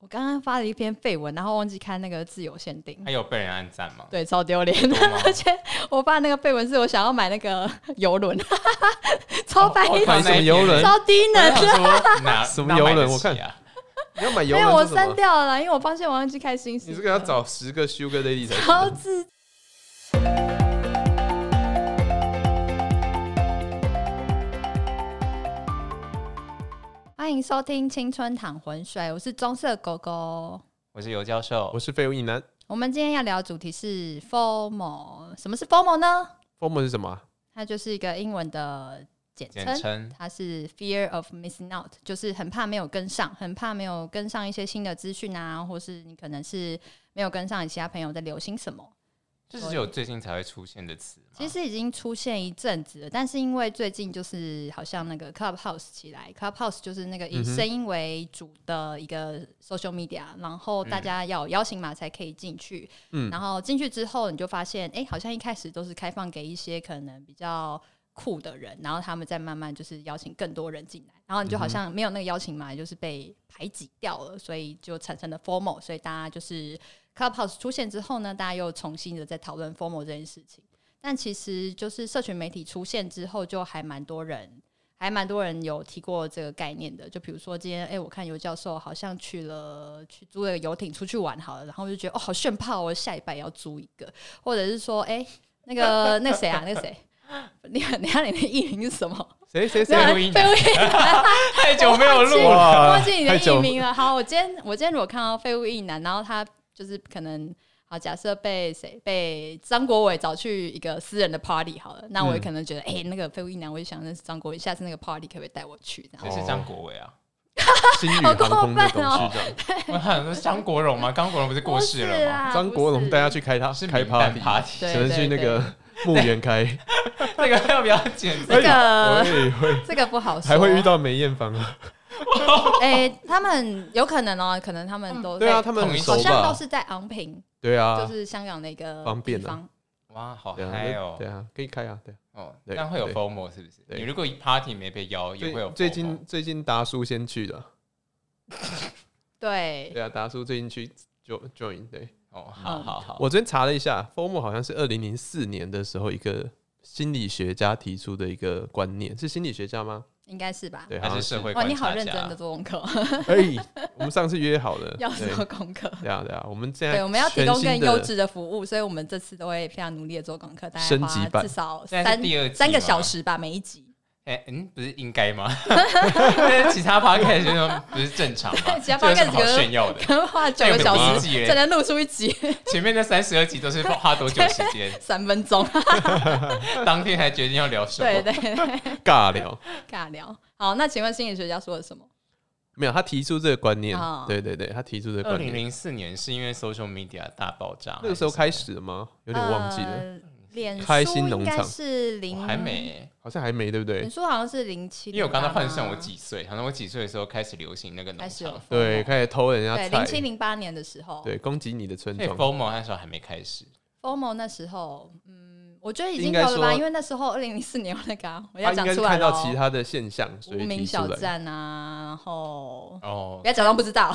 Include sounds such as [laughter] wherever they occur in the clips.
我刚刚发了一篇废文，然后忘记看那个自由限定，哎还有被人按赞吗？对，超丢脸的。多吗而且我发那个废文是我想要买那个游轮， [laughs] 超白哦痴、看那买什么一游篇轮？超低哎能我的。想说 [laughs] 哪什么哪买游轮得我看起啊你要买游没轮有，我是什删么？掉了，因为我发现我忘记开新你新。这个要找十个 Sugar Lady 才行超的。自欢迎收听《青春淌浑水》，我是棕色狗狗。我是尤教授我，是废物一男我们今天要聊的主题是 “formal”。什么是 “formal” 呢？ ，formal 是什 [laughs] 么啊？它就是一个英文的简简称，称它是 “fear of missing out”，就是很怕没有跟上，很怕没有跟上一些新的资讯啊，或是你可能是没有跟上你其他朋友在流行什么。这是只有最近才会出现的词吗？其实已经出现一阵子了，但是因为最近就是好像那个 Clubhouse 起来，Clubhouse 就是那个以嗯哼声音为主的一个 social media，、然后大家要有邀请码才可以进去。嗯然后进去之后，你就发现，哎、好像一开始都是开放给一些可能比较酷的人，然后他们再慢慢就是邀请更多人进来，然后你就好嗯像没有那个邀请码，就是被排挤掉了，所以就产生了 formal，所以大家就是。Clubhouse 出现之后呢，大家又重新的在讨论 formal 这件事情。但其实就是社群媒体出现之后，就还蛮多人，还蛮多人有提过这个概念的。就比如说今天，哎、我看尤教授好像去了去租了个游艇出去玩好了，然后我就觉得哦，好炫炮哦，我下礼拜也要租一个，或者是说，哎、那个那谁啊，那个谁。 [laughs] 你你看你的艺名是什么？谁谁没有 [laughs] 谁？录音被我太 [laughs] 久没有录了，哇忘记你的太久艺名了。好，我今天我今天如果看到废物一男，然后他就是可能好，假设被谁被张国伟找去一个私人的 party 好了，那我也嗯可能觉得，哎、那个废物一男，我就想认识张国伟，下次那个 party 可不可以带我去？这样谁是张国伟啊？星宇好航过空的分董哦事长 [laughs] 我想说张国荣吗？张国荣不是过世不是了吗？啦张国荣带他去开他是开名旦 party， party，啊对只能去那个墓园开， [laughs] 那个要不要 [laughs] 剪？这个会会哎这个不好说，还会遇到梅艳芳啊？哎、他们有可能哦，可能他们都对啊，在他们很熟好像吧都？是在昂坪，对啊就，是香港那个方便啊地方哇，好对啊嗨哦对！啊，可以开啊，对啊。哦，对但会有对 formal 是不是？对你如果 party 没被邀，也会有最 FOMO 最近最近达叔先去的，对对啊，达叔最近去 jo- join。对哦，好嗯好好，我昨天查了一下，FOMO 好像是二零零四年的时候一个心理学家提出的一个观念，是心理学家吗？应该是吧？对，还好是像社会哇，观你好察认啊真家的。做功课， [laughs] 哎，我们上次约好了， [laughs] 要做对功课。对啊对啊，我们现在对，我们要提供全更新的优质的服务，所以我们这次都会非常努力的做功课，大概升级花版至少现在三是第二季三个吗小时吧，每一集。 [laughs] 哎，嗯，不是应该吗？ [laughs] 但是其他 podcast 就说不是正常吗？对其他这有什 podcast 么好炫耀的？可能花九个这个小没时意义耶才能录出一集前面那三十二集都是花多久时 [laughs] 间？三分钟，当天还决定要聊什对么？对对， [laughs] 尬聊。尬聊。好，那请问心理学家说了什么？没有，他提出这个观念哦，对对对，他提出这个二观零念，零四年是因为 social media 大爆炸，那个时候开始的吗？有有点忘记呃了，。脸开书心应农该场是还是什零，么我还。没，好像还没，对不脸对？书好像是零七，因为我刚才换算我几岁，好像我几岁的时候开始流行那个农开始有场，对，开始偷人对家零七菜，零八年的时候，对，攻击你的村所以庄。 FOMO 那时候还没开始。 FOMO 那时候，嗯，我觉得已经应有该了吧，说因为那时候二零零四年有那个啊、我他要应讲该是出来看到咯其他的现象，所无以名提出小来。站啊，然后哦不，要假装不知 [laughs] 道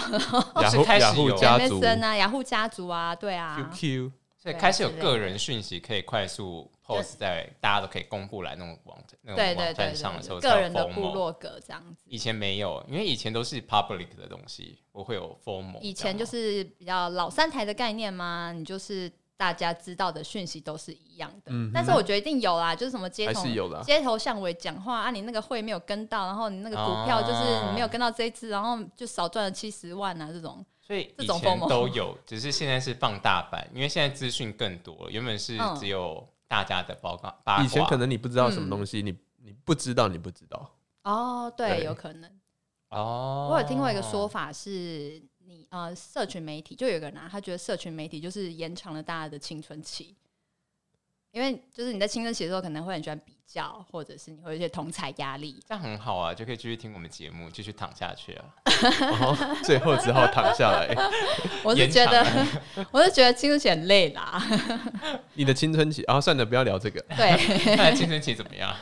雅是虎开始雅虎有家族 MSN 啊、雅虎家族啊，对啊， QQ，所对以开始有之类的个人讯息可以快速 post 在大家都可以公布来那种网站那对种对对网站上的时对，候，个人的部。落格这样子。以前没有，因为以前都是 public 的东西，我会有 formal。以前就是比较老三台的概念嘛，你就是大家知道的讯息都是一样的。嗯哼但是我觉得一定有啦，就是什么街还头是有啦。街头巷尾讲话啊，你那个会没有跟到，然后你那个股票就是哦你没有跟到这一次，然后就少赚了七十万啊这种。所以这以种前 FOMO 都有，只是现在是放大版，因为现在资讯更多了。原本是嗯只有大家的报告八卦，以前可能你不知道什么嗯东西，你你不知道，你不知 [laughs] 道。哦，对，对有可能。哦，我有听过一个说法是，你呃，社群媒体就有一个人啊，他觉得社群媒体就是延长了大家的青春期，因为就是你在青春期的时候可能会很喜欢比较，或者是你会有一些同才压力。这样很好啊，就可以继续听我们节目，继续躺下去啊。然后哦最后只好躺下来。我是觉得，啊 [laughs] 我是觉得青春期很累啦。你的青春期，哦啊，算了，不要聊这个。对，那青春期怎么样？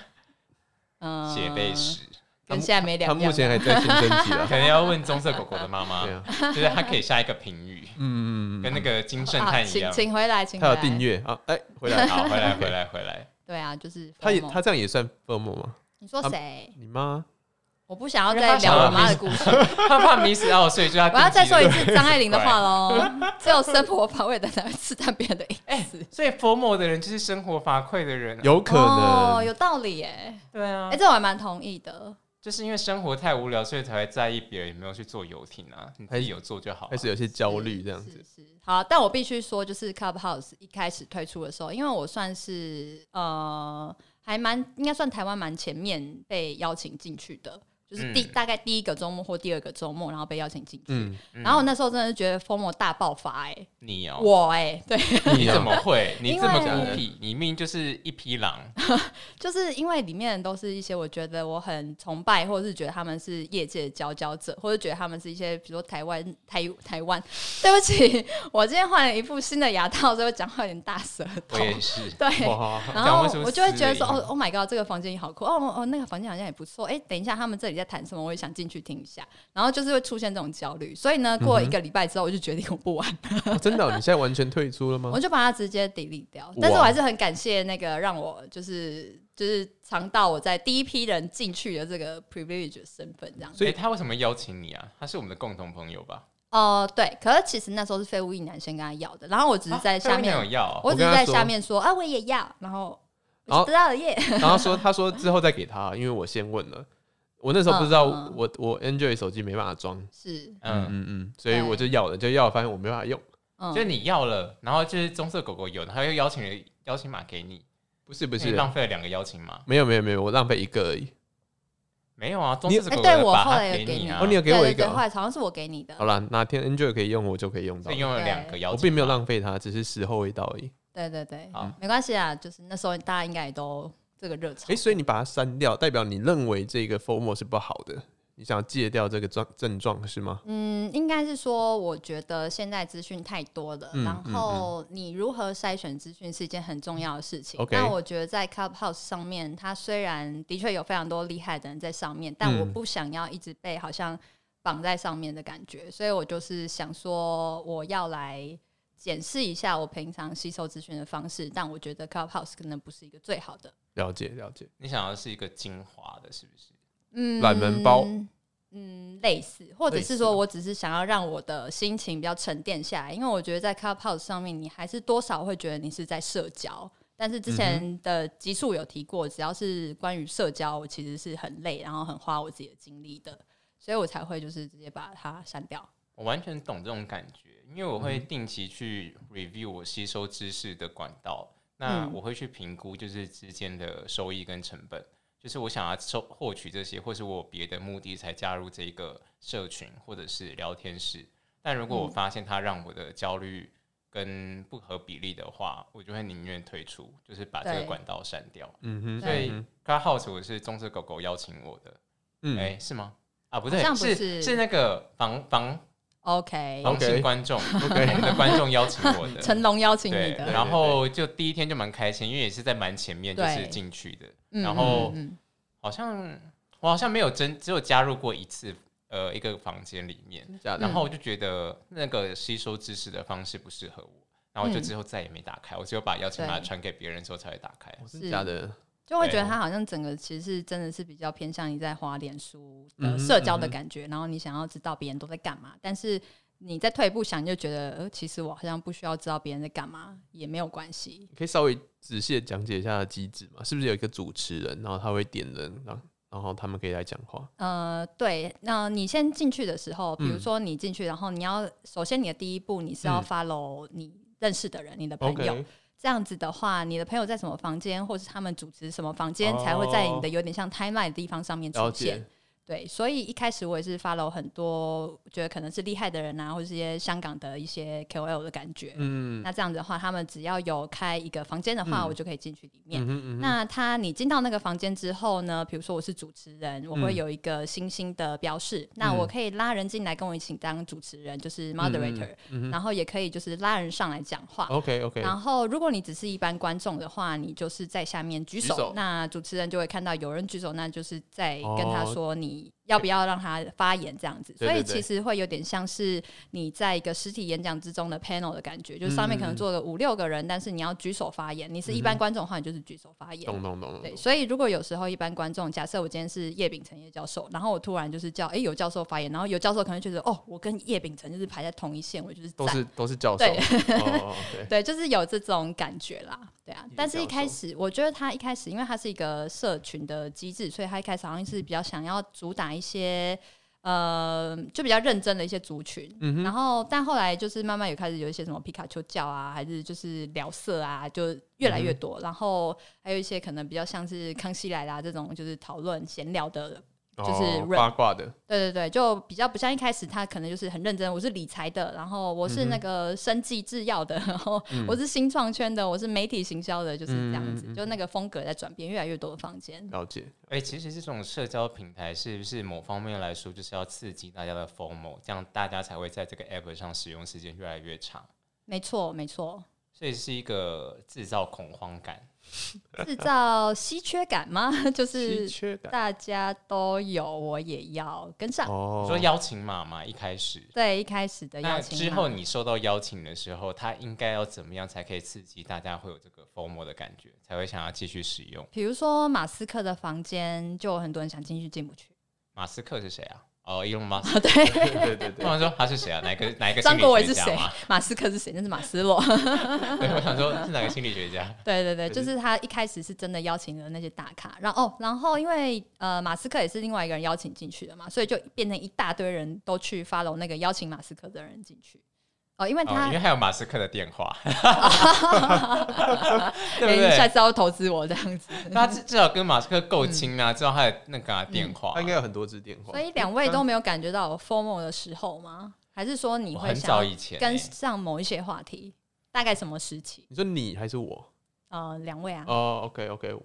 嗯、写背，史，他跟目现在没他两样。啊目前还在新生 [laughs] 期可啊，能要问棕色狗狗的妈妈对，啊，就是它可以下一个评语，嗯嗯嗯跟嗯，那个金圣啊，叹一请样。请回来，请他回有来。订阅啊，哎，回来，好，回来回来回 [laughs] 来，对啊，就是他也 FOMO 他这样也算 FOMO 吗？你说他谁？你妈我不想要因为他再聊想我要妈的听故事，他怕 miss out，所以就要我要再说一一次张爱玲的 [laughs] 话喽。只有生活乏味的才会刺探别人的隐私。所以 formal 的人就是生活乏愧的人啊，有可哦，能，嗯有道理耶！对啊哎，，这我还蛮同意的。就是因为生活太无聊，所以才会在意别人有没有去做游艇啊，你自己有做就好啊哎开。始有些焦虑这样是子，是好，但我必须说，就是 Clubhouse 一开始推出的时候，因为我算是呃还蛮应该算台湾蛮前面被邀请进去的，就是第、嗯大概第一个周末或第二个周末，然后被邀请进去。嗯，嗯然后我那时候真的是觉得 FOMO 大爆发哎、你哦，我哎、对，哦你怎么会？你这么因为孤僻，你命就是一 [laughs] 匹狼。就是因为里面都是一些我觉得我很崇拜，或者是觉得他们是业界的佼佼者，或者觉得他们是一些比如说台湾台台湾， [laughs] 对不起，我今天换了一副新的牙套，所以我讲话有点大舌头我。 [laughs] 也是，对，哇，然讲后为什么我就会觉得死说，了哦，Oh my god，这个房间也好酷，哦哦，哦那个房间好像也不错，哎，等一下他们这里在谈什么，我也想进去听一下，然后就是会出现这种焦虑，所以呢，过了一个礼拜之后，我就决定我不玩，哦 [laughs] 真的哦，你现在完全退出了吗我？就把它直接 delete 掉嗯哇。但是我还是很感谢那个让我就是就是尝到我在第一批人进去的这个 privilege 的身份这样。所以哎他为什么邀请你啊？他是我们的共同朋友吧？哦、对，可是其实那时候是废物一男先跟他要的，然后我只是在下面，啊他有要哦，我只是我跟在他说下面说啊，我也要，然后我然后就知道了耶。然后说他说之后再给他，因为我先问了，我那时候不知道嗯嗯我我 Android 手机没办法装，是，嗯嗯，嗯嗯，所以我就要了，就要了，发现我没办法用，嗯，就是你要了，然后就是棕色狗狗有，然后又邀请了邀请码给你，不是不不是，浪费了两个邀请码？没有没有没有，我浪费一个而已。没有啊，棕你色狗狗哎对的我把后它来有给给你你啊，哦，你有给我对一对对，个后哦，来好像是我给你的好，啦，哪天 Android 可以用，我就可以用到所以。用了对两个邀请码，我并没有浪费它，只是时候未到而已。对对对好，没关系啊，就是那时候大家应该也都这个热潮诶，。所以你把它删掉，代表你认为这个 FOMO 是不好的，你想要戒掉这个状症状是吗？嗯，应该是说，我觉得现在资讯太多了，嗯然后你如何筛选资讯是一件很重要的事情。 OK 那我觉得在 Clubhouse 上面，它虽然的确有非常多厉害的人在上面，但嗯我不想要一直被好像绑在上面的感觉，所以我就是想说，我要来检视一下我平常吸收资讯的方式，但我觉得 Clubhouse 可能不是一个最好的。了解了解，你想要是一个精华的，是不是？嗯懒人包，嗯，类似，或者类似是说我只是想要让我的心情比较沉淀下来，因为我觉得在 Clubhouse 上面，你还是多少会觉得你是在社交。但是之嗯前的集数有提过，只要是关于社交，我其实是很累，然后很花我自己的精力的，所以我才会就是直接把它删掉。我完全懂这种感觉，因为我嗯会定期去 review 我吸收知识的管道，那嗯我会去评估就是之间的收益跟成本，就是我想要收获取这些，或是我有别的目的才加入这一个社群或者是聊天室。但如果我嗯发现它让我的焦虑跟不合比例的话，我就会宁愿退出，就是把这个对管道删掉。嗯哼，所以嗯 Clubhouse 我是棕色狗狗邀请我的，哎、嗯，是吗？啊，不对，好像不是是是那个房房 OK，同性观众，我 [laughs] 们的观众邀请我 [laughs] 的，成龙邀请你对，的，然后就第一天就蛮开心，因为也是在蛮前面就对是进去的，嗯然后嗯嗯好像我好像没有真只有加入过一次，呃，一个房间里面，嗯假的然后我就觉得那个吸收知识的方式不适合我，然嗯后我就之后再也没打开，我只有把邀请码对传给别人之后才会打开。哦真的假的？就会对觉得他好像整个其实是真的是比较偏向你在花脸书嗯的哼社交的嗯哼感觉，然后你想要知道别人都在干嘛，但是你再退一步想，你就觉得呃，其实我好像不需要知道别人在干嘛也没有关系。你可以稍微仔细的讲解一下它的机制嘛？是不是有一个主持人，然后他会点人，然后然后他们可以来讲话？呃，对，那你先进去的时候，比如嗯说你进去，然后你要首先你的第一步你是要嗯 follow 你认识的人，你的哦朋友。这样子的话，你的朋友在什么房间，或是他们主持什么房间，才会在你的有点像 timeline 的地方上面出哦了现解。，对，所以一开始我也是 follow 很多觉得可能是厉害的人啊，或者是一些香港的一些 KOL 的感觉。嗯那这样子的话，他们只要有开一个房间的话，嗯我就可以进去里面。嗯哼嗯哼那他你进到那个房间之后呢，比如说我是主持人，我嗯会有一个星星的标示，那我可以拉人进来跟我一起当主持人，就是嗯 moderator，、嗯然后也可以就是拉人上来讲话。 OK OK，然后，如果你只是一般观众的话，你就是在下面举手，举手那主持人就会看到有人举手，那就是在跟他哦说你要不要让他发言这样子。对对所以其实会有点像是你在一个实体演讲之中的 panel 的感觉，就是上面嗯可能坐个五六个人，但是你要举手发言。你是一般观众的话，你就是举手发言。懂懂懂对，懂，所以如果有时候一般观众，假设我今天是叶秉成叶教授，然后我突然就是叫哎、有教授发言，然后有教授可能觉得哦，我跟叶秉成就是排在同一线，我就是都赞是都是教授，对 [laughs] 哦，对，对，就是有这种感觉啦，对啊也。但是一叫开做始，我觉得他一开始，因为他是一个社群的机制，所以他一开始好像是比较想要主打一些呃，就比较认真的一些族群。嗯哼然后，但后来就是慢慢有开始有一些什么皮卡丘教啊，还是就是聊色啊，就越嗯来越多。然后还有一些可能比较像是康熙来啦这种，就是讨论闲聊的就是哦 rap 八卦的，对对对，就比较不像一开始他可能就是很认真，我是理财的，然后我嗯是那个生技制药的，然后我是新创圈的，我是媒体行销的，就是这样子，嗯嗯嗯就那个风格在转变，越来越多的房间。了解，哎、其实这种社交平台是不是某方面来说，就是要刺激大家的 FOMO，这样大家才会在这个 app 上使用时间越来越长，没错，没错，所以是一个制造恐慌感。制造稀缺感吗？ [laughs] 就是稀缺感大家都有，我也要跟上。哦你说邀请码嘛，一开始，对，一开始的呃邀那请之码后你收到邀请的时候，它应该要怎么样才可以刺激大家会有这个 FOMO 的感觉，才会想要继续使用？比如说马斯克的房间，就有很多人想进去进不 [laughs] 去。 [laughs] 马斯克是谁啊？哦，伊隆马斯。啊，对，对对对我 [laughs] 对，想说他是谁啊？哪一个哪一个心张理国伟学是家谁啊嘛？？马斯克是谁？那是马斯洛。对，我想说是哪个心理学家？对对对，对就是他一开始是真的邀请了那些大咖，然后、哦、然后因为呃马斯克也是另外一个人邀请进去的嘛，所以就变成一大堆人都去 follow 那个邀请马斯克的人进去。哦，因为哦，他因为、还有马斯克的电 [laughs] 话，对哎不你下对？次要投资我这样子，他至至少跟马斯克够亲嗯啊，知道他的那个啊电话他。应该有很多支电话所，以两位都没有感觉到有 formal 的时候吗？还是说你我会很想要早以前跟欸，上某一些话题？大概什么时期？你说你还是我？呃，两位啊，哦，OK OK，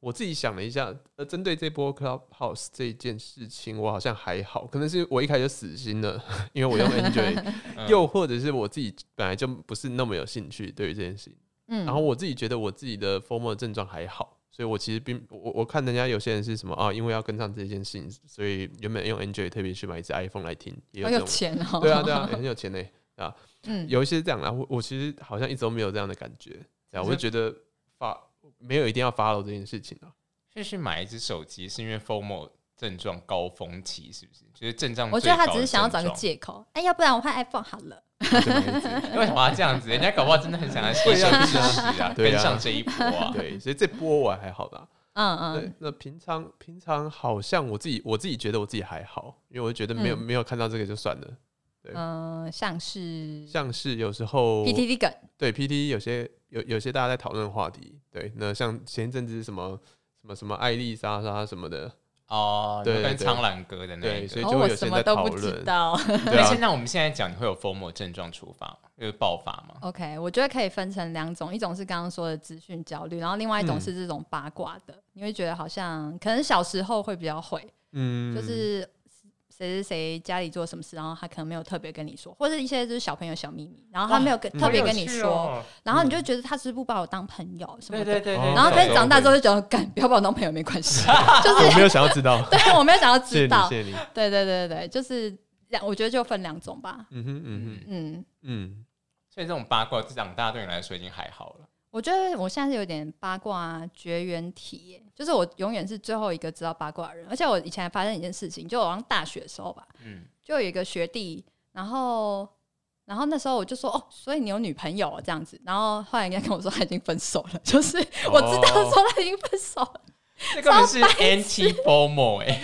我自己想了一下，呃，针对这波 Clubhouse 这件事情，我好像还好，可能是我一开始就死心了， [laughs] 因为我用 [laughs] Android，嗯又或者是我自己本来就不是那么有兴趣对于这件事情。嗯，然后我自己觉得我自己的 formal 症状还好，所以我其实并我我我看人家有些人是什么啊，因为要跟上这件事情，所以原本用 Android 特别去买一只 iPhone 来听，也有好这有种。钱 [laughs] 哦，对啊，对啊，也很有钱呢、啊，嗯，有一些是这样啦，我我其实好像一直都没有这样的感觉，对就啊，是我就觉得发没有一定要 follow 这件事情啊， [laughs] 就是买一只手机是因为 FOMO 症状高峰期，是不是？就是症状我最觉高得的他只是症状。想要找个借口，哎，要不然我换 iPhone 好了。就这样子因为什么要这样子？人家搞不好真的很想要牺牲知识啊，对啊跟上这一波啊。对，所以这波我还好啦。嗯嗯对，，那平常平常好像我自己我自己觉得我自己还好，因为我觉得没有嗯没有看到这个就算了，嗯，像是像是有时候 PTT 梗，对 PT 有些有有些大家在讨论的话题，对，那像前一阵子什么什么什么艾丽莎莎什么的，哦，对你跟对苍兰哥的那一对，个所以。哦就会我有些什人么在都讨不知论，道。对那 [laughs] 啊现，在我们现在讲，你会有 FOMO 症状触发吗，就是爆发吗？ OK，我觉得可以分成两种，一种是刚刚说的资讯焦虑，然后另外一种嗯是这种八卦的，你会觉得好像可能小时候会比较会，嗯，就是谁谁谁家里做什么事，然后他可能没有特别跟你说，或者一些就是小朋友小秘密，然后他没有跟、嗯特别跟你说，好有趣哦，然后你就觉得他是不是不把我当朋友什么对的。对对对。哦然后可对是长大之后就觉得，干不要把我当朋友没关 [laughs] 系，就是，我没有想要知道对我没有想要谢谢 [laughs] 知你，道，谢谢你，对对对对，对就是两，我觉得就分两种吧。嗯哼嗯哼嗯，嗯，嗯，所以这种八卦长大对你来说已经还好了。我觉得我现在是有点八卦绝缘体耶，就是我永远是最后一个知道八卦的人。而且我以前还发生一件事情，就我好像大学的时候吧，嗯，就有一个学弟，然后然后那时候我就说哦，所以你有女朋友哦这样子，然后后来人家跟我说他已经分手了， [laughs] 就是我知道说他已经分手了，这根本是 anti FOMO 哎。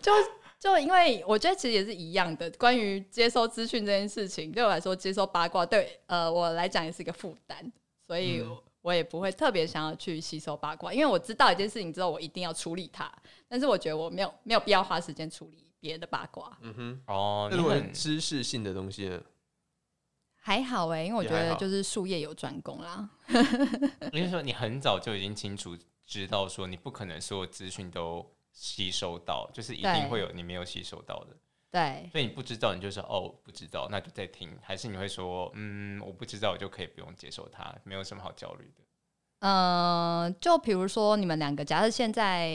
就就因为我觉得其实也是一样的，关于接收资讯这件事情，对我来说，接收八卦对呃我来讲也是一个负担，所以嗯我也不会特别想要去吸收八卦，因为我知道一件事情之后，我一定要处理它。但是我觉得我没有没有必要花时间处理别的八卦，嗯哼，哦，那你如果很是知识性的东西呢？还好哎、因为我觉也还得好就是术业有专攻啦。因为说你很早就已经清楚知道说你不可能所有资讯都吸收到，就是一对定会有你没有吸收到的，对，所以你不知道你就说哦不知道，那就再听，还是你会说嗯我不知道，我就可以不用接受它，没有什么好焦虑的。呃，就比如说你们两个，假设现在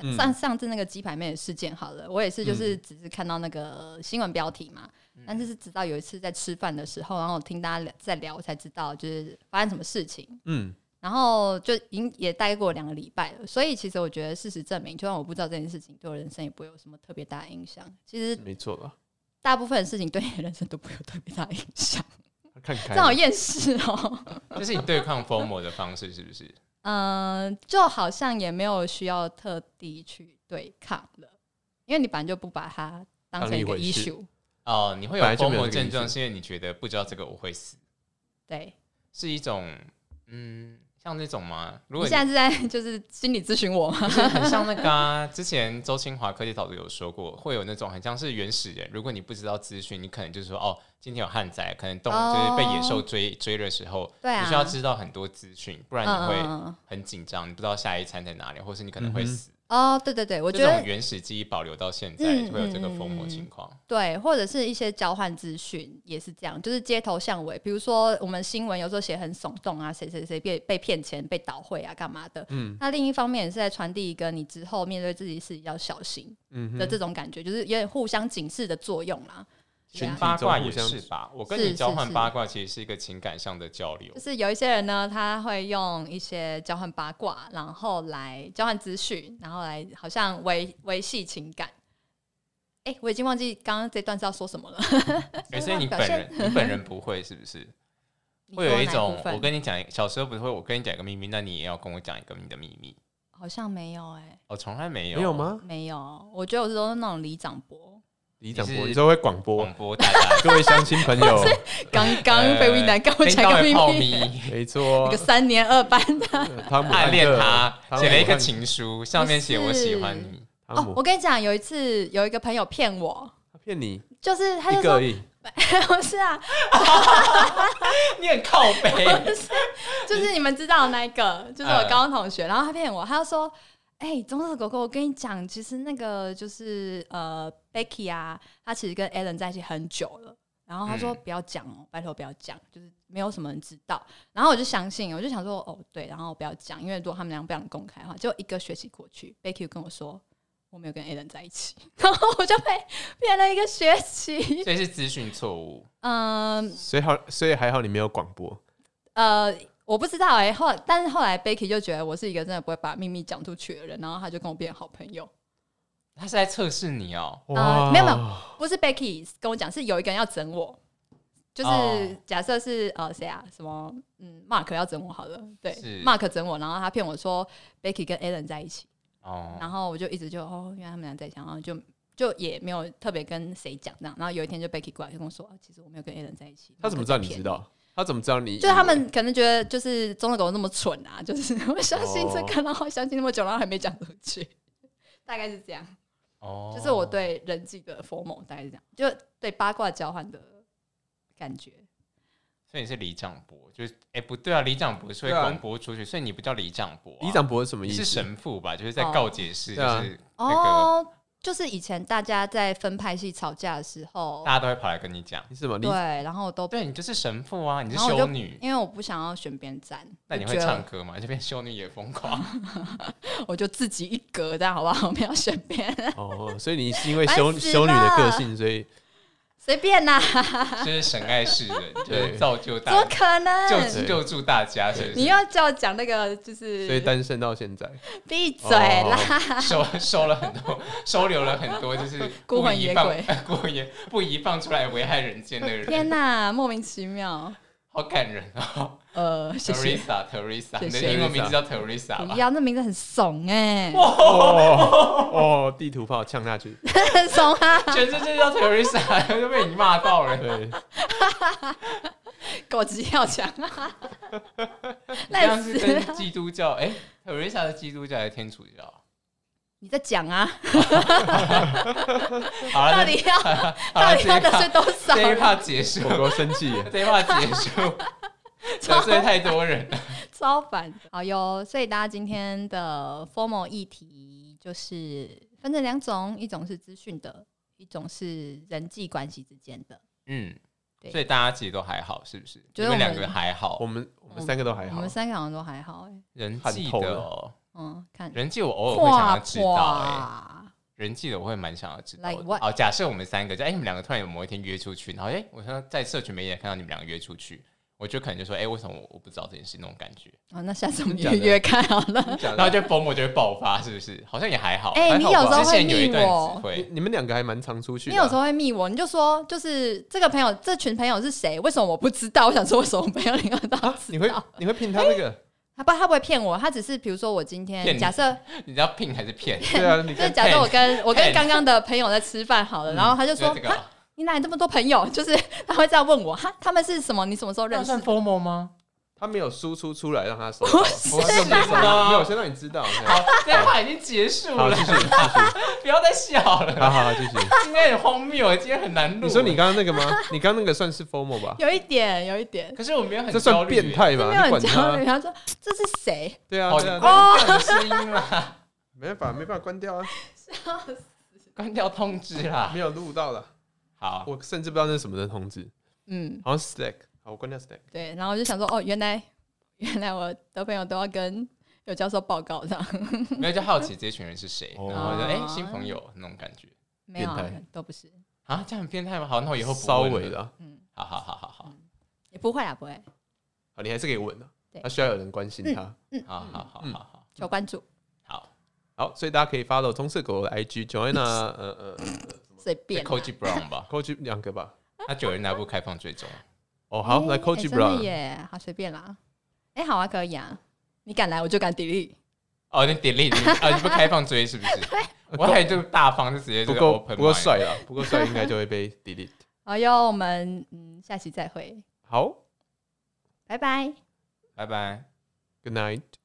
嗯上上次那个鸡排妹的事件好了，我也是就是只是看到那个新闻标题嘛，但是是直到有一次在吃饭的时候，然后我听大家聊在聊，我才知道就是发生什么事情。嗯，然后就已经也待过两个礼拜了，所以其实我觉得事实证明，就算我不知道这件事情，对我人生也不会有什么特别大的影响。其实没错吧？大部分的事情对你的人生都不会有特别大的影 [laughs] 响，嗯看开这好了，厌世哦。这是你对抗 FOMO 的方式是不是？嗯，就好像也没有需要特地去对抗了，因为你本来就不把它当成一个当一回事 issue。哦，你会有本来就没有 FOMO 这个意症状，思是因为你觉得不知道这个我会死，对，是一种嗯像那种吗？如你果你现在是在就是心理咨询我 [laughs] 吗？不是很像那个啊，之前周清华科技导读有说过，会有那种很像是原始人。如果你不知道资讯，你可能就是说哦，今天有旱灾，可能动物就是被野兽追、追的时候，哦对啊你需要知道很多资讯，不然嗯你会嗯嗯很紧张，你不知道下一餐在哪里，或是你可能嗯会死。哦，对对对，我觉这得种原始记忆保留到现在，嗯会有这个疯魔情况。对，或者是一些交换资讯也是这样，就是街头巷尾，比如说我们新闻有时候写很耸动啊，谁谁谁被被骗钱、被倒汇啊，干嘛的。嗯那另一方面也是在传递一个你之后面对自己事情要小心嗯的哼，这种感觉，就是有点互相警示的作用啦。对群啊八卦群也体中互相是吧？我跟是你交换是八卦，其实是一个情感上的交流就。是有一些人呢，他会用一些交换八卦，然后来交换资讯，然后来好像维维系情感。哎、我已经忘记刚刚这段是要说什么了。哎、所以你表本现人，你本人不会是不是？你会有说一哪种部，分我跟你讲，小时候不是会，我跟你讲一个秘密，那你也要跟我讲一个你的秘密。好像没有哎、我、从来没有，没有？吗？没有，我觉得我是都是那种里长伯，李长你博，是嗯你说会广播广，播大家，各位乡亲朋 [laughs] 友，刚刚呃被威南跟我讲一个秘泡密， [laughs] 咪，没一错啊个，三年二班的呃汤姆暗恋他，汉克写了一个，情书，上面写我喜欢你， [laughs] 汤哦。姆我跟你讲，有一次有一个朋友骗我，他骗你就是他一就个说 [laughs] 而已，不是啊，你很靠背，就是你们知道的那一个，就是我高中同学，然后他骗我，他就说。哎、棕色狗狗，我跟你讲，其实那个就是呃，Becky 啊，她其实跟 Alan 在一起很久了。然后他说嗯不要讲哦，拜托不要讲，就是没有什么人知道。然后我就相信，我就想说哦对，然后不要讲，因为如果他们俩不想公开的话，就一个学期过去，Becky 跟我说我没有跟 Alan 在一起， [laughs] 然后我就被骗了一个学期。所以是资讯错误。嗯所以好，所以还好你没有广播，呃，我不知道哎、后但是后来 Becky 就觉得我是一个真的不会把秘密讲出去的人，然后他就跟我变好朋友。他是在测试你哦，呃没有没有不是 Becky 跟我讲，是有一个人要整我，就是、哦假设是呃谁啊，什么嗯 Mark 要整我好了，对是 Mark 整我，然后他骗我说 Becky 跟 Alan 在一起，哦，然后我就一直就哦，原来他们俩在一起，然后就。就也没有特别跟谁讲这样，然后有一天就 Becky 过来就跟我说，啊、其实我没有跟 Alan 在一起。他怎么知道你骗知道？他怎么知道你以为？就是他们可能觉得就是中国狗那么蠢啊，就是 [laughs] 我相信这个，然后相信那么久，然后还没讲出去，大概是这样。哦就是我对人际的 formal 大概是这样，就对八卦交换的感觉。所以你是李长博，就是哎、不对啊，李长博是会对啊广播出去，所以你不叫李长博、啊李。长博是什么意你思？是神父吧？就是在哦告解释，对就啊是那哦，就是以前大家在分派系吵架的时个候大，家都会跑来跟你讲，你是什么？对，李然后我都对你就是神父啊，你是然后我就修女，因为我不想要选边站，那你我会觉得唱歌吗？这 [laughs] 边修女也疯狂， [laughs] 我就自己一格这样好不好？我 [laughs] 没有选边，哦，所以你是因为烦修死修女的个了性，所以随便啦、就是神爱世人，就对是造就怎么大家，可能？救救助大家，是不你是？要叫我讲那个就所以是单身到现 [laughs] 在。闭嘴哦啦！收收了很多，收留了很多，就是孤不魂宜野放鬼 [laughs] 孤魂野不宜放出来危害人间的人，天哪，莫名其妙。好感人哦。呃， [laughs] 谢谢。 Teresa Teresa，你谢的谢英文名字叫 Teresa 不吧？要，那名字很怂哎、哦哦，地图炮呛下去，很 [laughs] 怂啊！全世界叫 Teresa [laughs] 就被 [laughs] 你骂到了。对， [laughs] 狗急跳墙啊！这烂样死是跟基督教哎，Teresa 是基督教还是天主教？啊你在讲啊，好了，到啊那底要好到了，底这要一得罪趴多少这一人？趴结束， [laughs] 狗狗生气耶，这一趴结束， [laughs] 得罪太多人了。超烦。好哟，所以大家今天的 formal 议题就是分成两种，一种是资讯的，一种是人际关系之间的。 [laughs] 嗯，对所以大家其实都还好，是不是？觉得你们我们两个还好我，们我们三个都还我好们，三个好像都还好、欸，人看际透的了哦，嗯，看人际我偶尔会想要知道哎。哇人际的我会蛮想要知道 Like 的。 what？好，假设我们三个就哎、你们两个突然有某一天约出去，然后哎、我说在社群媒体看到你们两个约出去，我就可能就说哎、为什么我我不知道这件事那种感觉，哦，那下次我们真的约假的约看好了。讲然后就疯魔就会爆发，是不是？好像也还好。哎还好你有时候吧之会前有一密段我子你会，你们两个还蛮常出去你的啊，有时候会密我，你就说就是这个朋友，这群朋友是谁？为什么我不知道？我想说为什么朋友你要知道啊？，你会你会骗他那个？他不，他不会骗我，他只是比如说我今骗天你假设，你知道骗还是骗？对啊，[laughs] 你嗯就是看假设我跟我跟骗刚刚的朋友在吃饭好了，然后他就说这个哈啊你哪里这么多朋友？就是他会这样问我，哈，他们是什么？你什么时候认那识算？疯魔吗？他没有输出出来 [laughs] 让他收到，不是我没有没有收到吧没有先让你知道。没有好，这一趴已经结束好，了继，续继续，不要再笑好了。好好，继续。 [laughs] 今天很荒谬，今天很难录。你说你刚刚那个吗？你刚刚那个算是 FOMO 吧？有一点，有一点，可是我没有很这焦算虑变，态这吧？没有你很管焦他虑。？他说这是谁？对啊，好，对哦你啊，关掉你的声音啦，没办法，没办法关掉啊， [laughs] 关掉通知啦没。有录到了。好，我甚至不知道那是什么的通知，嗯，好像 Slack。好，我关掉 Slack。对。然后我就想说，哦，原来原来我的朋友都要跟有教授报告这样。没有就好奇这群人是谁，哦然后就哎、新朋友那种感觉没有、啊变态，都不是，啊，这样很变态吗？好，那我以后不稍问微了，的啊，嗯，好好好好好，也不会啊，不会，好，你还是可以问的对。他需要有人关心他。好好好嗯好好求关注，好好，所以大家可以 follow 棕色狗狗的 IG Joanna，[laughs] 呃呃随对便哎啊。 ，Koji Brown 吧， ，Coach 两个吧。他九人那部开放追踪，哦，好，哎来哎 Coach 真的 Brown。耶，好随便啦。哎，好啊，可以啊，你敢来我就敢 delete。哦，你 delete 你啊，你不开放追是不 [laughs] 是？我还就大方就直接这不个够 open，不够 mind，帅啊了，不够帅应该就会被 delete。好哟，我们嗯下期再会，好拜拜。拜拜。 ，Good night。